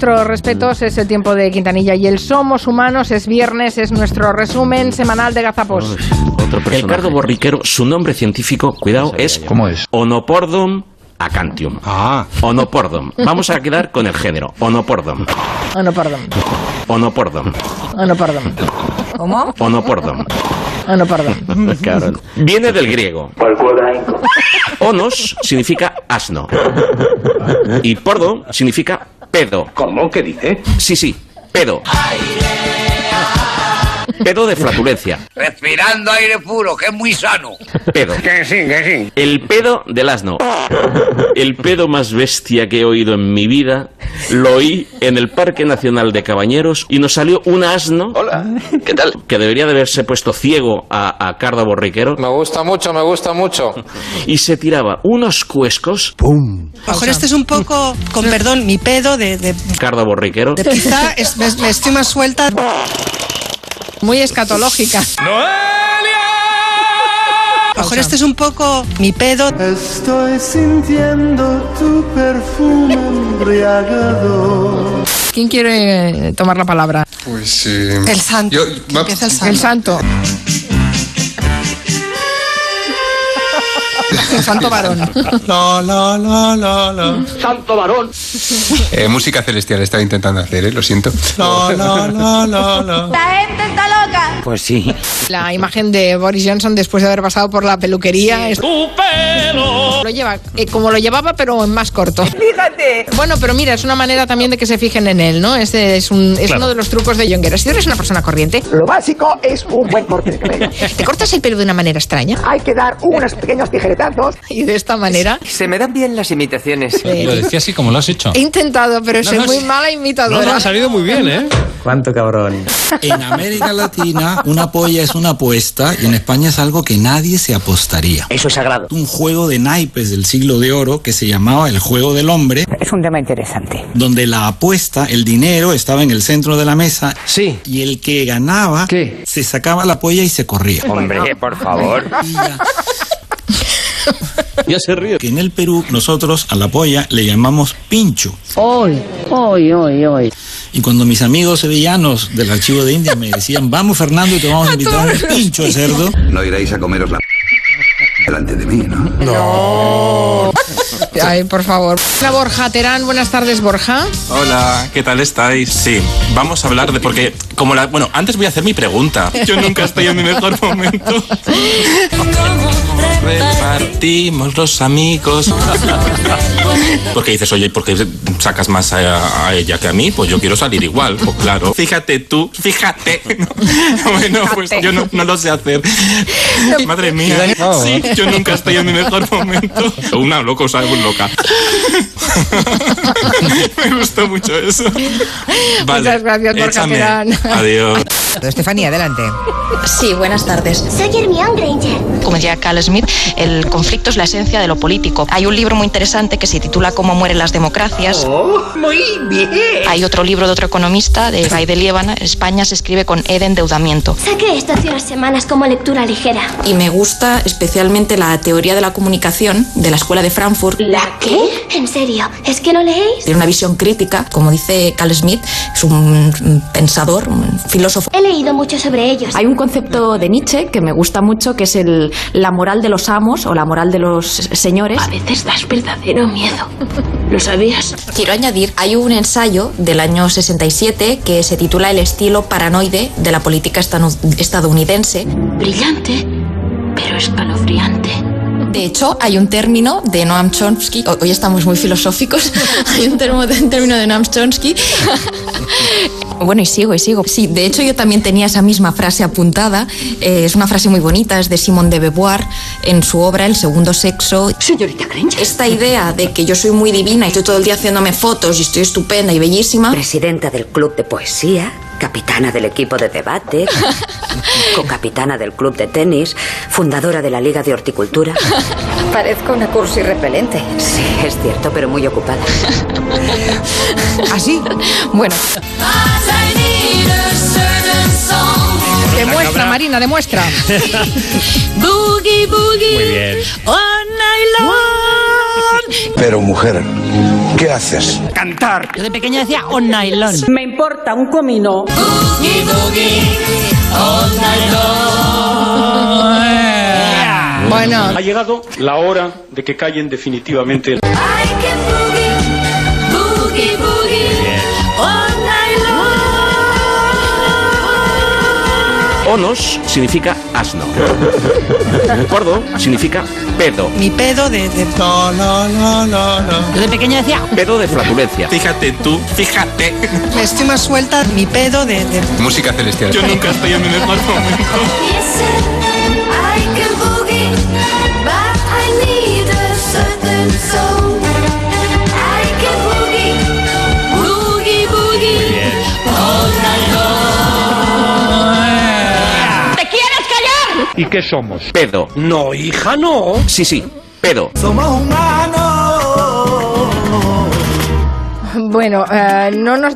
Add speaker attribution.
Speaker 1: Nuestros respetos es el tiempo de Quintanilla y el Somos Humanos es viernes, es nuestro resumen semanal de Gazapos.
Speaker 2: Otro
Speaker 3: El
Speaker 2: personaje.
Speaker 3: cardo borriquero, su nombre científico, cuidado, es
Speaker 2: ¿Cómo es?
Speaker 3: Onopordum acantium.
Speaker 2: Ah,
Speaker 3: Onopordum. Vamos a quedar con el género. Onopordum.
Speaker 1: Oh, no, perdón.
Speaker 3: Onopordum.
Speaker 1: Oh, no, perdón. ¿Cómo?
Speaker 3: Onopordum.
Speaker 1: Oh, no, perdón.
Speaker 3: Claro. Viene del griego. Onos significa asno. Y pordo significa pedo.
Speaker 4: ¿Cómo? ¿Qué dice?
Speaker 3: Sí, sí, pedo. Pedo de flatulencia.
Speaker 5: respirando aire puro, que es muy sano.
Speaker 3: Pedo.
Speaker 4: Que sí, que sí.
Speaker 3: El pedo del asno. El pedo más bestia que he oído en mi vida lo oí en el Parque Nacional de Cabañeros y nos salió un asno. Hola, ¿qué tal? Que debería de haberse puesto ciego a, a Cardo Borriquero
Speaker 6: Me gusta mucho, me gusta mucho.
Speaker 3: y se tiraba unos cuescos.
Speaker 7: A lo mejor este es un poco, con perdón, mi pedo de, de,
Speaker 3: Cardo Borriquero.
Speaker 7: de pizza. es- me, me estoy más suelta.
Speaker 1: Muy escatológica.
Speaker 7: A lo mejor este es un poco mi pedo.
Speaker 8: Estoy sintiendo tu perfume embriagador.
Speaker 1: ¿Quién quiere eh, tomar la palabra?
Speaker 9: Pues eh,
Speaker 7: El santo.
Speaker 9: Yo-
Speaker 7: que
Speaker 9: va-
Speaker 7: empieza el
Speaker 1: El
Speaker 7: santo.
Speaker 1: santo. El santo varón.
Speaker 9: la, la, la, la, la. Eh, música celestial estaba intentando hacer, eh, lo siento. La, la, la, la, la.
Speaker 2: Pues sí.
Speaker 1: La imagen de Boris Johnson después de haber pasado por la peluquería. es- Lo lleva eh, como lo llevaba, pero en más corto. Fíjate. Bueno, pero mira, es una manera también de que se fijen en él, ¿no? Este es, un- es uno de los trucos de Jonguera. Si tú eres una persona corriente,
Speaker 10: Lo básico es un buen corte de cabello.
Speaker 1: te cortas el pelo de una manera extraña
Speaker 10: Hay que dar unos pequeños tijeretazos.
Speaker 1: y de esta manera.
Speaker 5: Se me dan bien las imitaciones.
Speaker 1: eh,
Speaker 6: decía así como lo has hecho.
Speaker 1: he intentado, pero soy
Speaker 6: no,
Speaker 1: muy
Speaker 6: sí.
Speaker 1: mala imitadora.
Speaker 6: muy bien, ¿eh?
Speaker 2: ¿Cuánto cabrón?
Speaker 11: En América Latina, una polla es una apuesta y en España es algo que nadie se apostaría.
Speaker 2: Eso es sagrado.
Speaker 11: Un juego de naipes del siglo de oro que se llamaba el juego del hombre,
Speaker 10: Es un tema interesante.
Speaker 11: donde la apuesta, el dinero, estaba en el centro de la mesa
Speaker 2: Sí.
Speaker 11: y el que ganaba
Speaker 2: ¿Qué?
Speaker 11: se sacaba la polla y se corría.
Speaker 4: Hombre, por favor.
Speaker 11: Y ya,
Speaker 3: Ya se ríe.
Speaker 11: que en el Perú nosotros a la polla le llamamos pincho.
Speaker 10: Hoy, hoy, hoy, hoy.
Speaker 11: Y cuando mis amigos sevillanos del archivo de India me decían, vamos Fernando y te vamos a invitar a un pincho de cerdo,
Speaker 4: No iréis a comeros la... delante de mí, ¿no?
Speaker 1: Ay, por favor. Hola, Borja Terán. Buenas tardes, Borja.
Speaker 6: Hola, ¿qué tal estáis? Sí, vamos a hablar de porque como la bueno, antes voy a hacer mi pregunta. Yo nunca estoy en mi mejor momento. Repartimos los amigos. Porque dices, oye, ¿por qué sacas más a, a ella que a mí? Pues yo quiero salir igual, pues claro. Fíjate tú, fíjate. Bueno, pues yo no, no lo sé hacer. Madre mía. Sí, yo nunca estoy en mi mejor momento. Una loca, Ah, o sea, un loca. Me gustó mucho eso.
Speaker 1: Muchas gracias, Borja
Speaker 6: échame.
Speaker 1: Terán.
Speaker 6: Adiós.
Speaker 7: Estefanía, adelante.
Speaker 8: Sí, buenas tardes. Soy Hermione Granger.
Speaker 7: Como decía Carl Smith, el conflicto es la esencia de lo político. Hay un libro muy interesante que se titula Cómo mueren las democracias.
Speaker 10: Oh, Muy bien.
Speaker 7: Hay otro libro de otro economista, de Guy de Liébana, España se escribe con E de endeudamiento.
Speaker 8: Saqué esto hace unas semanas como lectura ligera.
Speaker 7: Y me gusta especialmente la teoría de la comunicación de la Escuela de Frankfurt.
Speaker 8: ¿La qué? En serio, ¿es que no leéis?
Speaker 7: Tiene una visión crítica, como dice Carl Smith, es un pensador, un filósofo.
Speaker 8: He leído mucho sobre ellos.
Speaker 7: Hay un concepto de Nietzsche que me gusta mucho, que es el, la moral de los amos o la moral de los señores.
Speaker 8: veces das verdadero miedo. ¿Lo sabías?
Speaker 7: Quiero añadir, hay un ensayo del año 67 que se titula El estilo paranoide de la política estanu- estadounidense.
Speaker 8: Brillante, pero escalofriante.
Speaker 7: De hecho, hay un término de Noam Chomsky, ho- hoy estamos muy filosóficos, hay un, termo- un término de Noam Chomsky. Bueno, y sigo, y sigo. Sí, de hecho yo también tenía esa misma frase apuntada, eh, es una frase muy bonita, es de Simone de Beauvoir en su obra El segundo sexo.
Speaker 10: Señorita Granger.
Speaker 7: Esta idea de que yo soy muy divina y estoy todo el día haciéndome fotos y estoy estupenda y bellísima,
Speaker 10: Presidenta del club de poesía, capitana del equipo de debate, co-capitana del club de tenis, fundadora de la Liga de Horticultura. Parezco una cursi repelente. Sí, es cierto, pero muy ocupada.
Speaker 1: Así. Bueno.
Speaker 11: Pues
Speaker 1: Demuestra, Marina, demuestra.
Speaker 7: Boogie, boogie. All night long.
Speaker 4: Pero mujer,
Speaker 12: ¿Qué haces?
Speaker 11: Cantar. Yo de pequeña decía on nylon. Me importa un comino.
Speaker 1: Bueno.
Speaker 10: Ha llegado la hora de que callen definitivamente.
Speaker 3: Onos significa asno. Gordo significa pedo.
Speaker 11: Mi pedo de. Yo de pequeña decía.
Speaker 3: Pedo de flatulencia.
Speaker 6: Fíjate tú, fíjate.
Speaker 11: Me estoy más suelta. Mi pedo de. de-
Speaker 13: Música celestial.
Speaker 6: Yo nunca estoy en mi mejor momento.
Speaker 11: ¿Te quieres callar?
Speaker 3: ¿Y qué somos? Pedo. No, hija, no. Sí, sí, pedo.
Speaker 1: Bueno, eh, no nos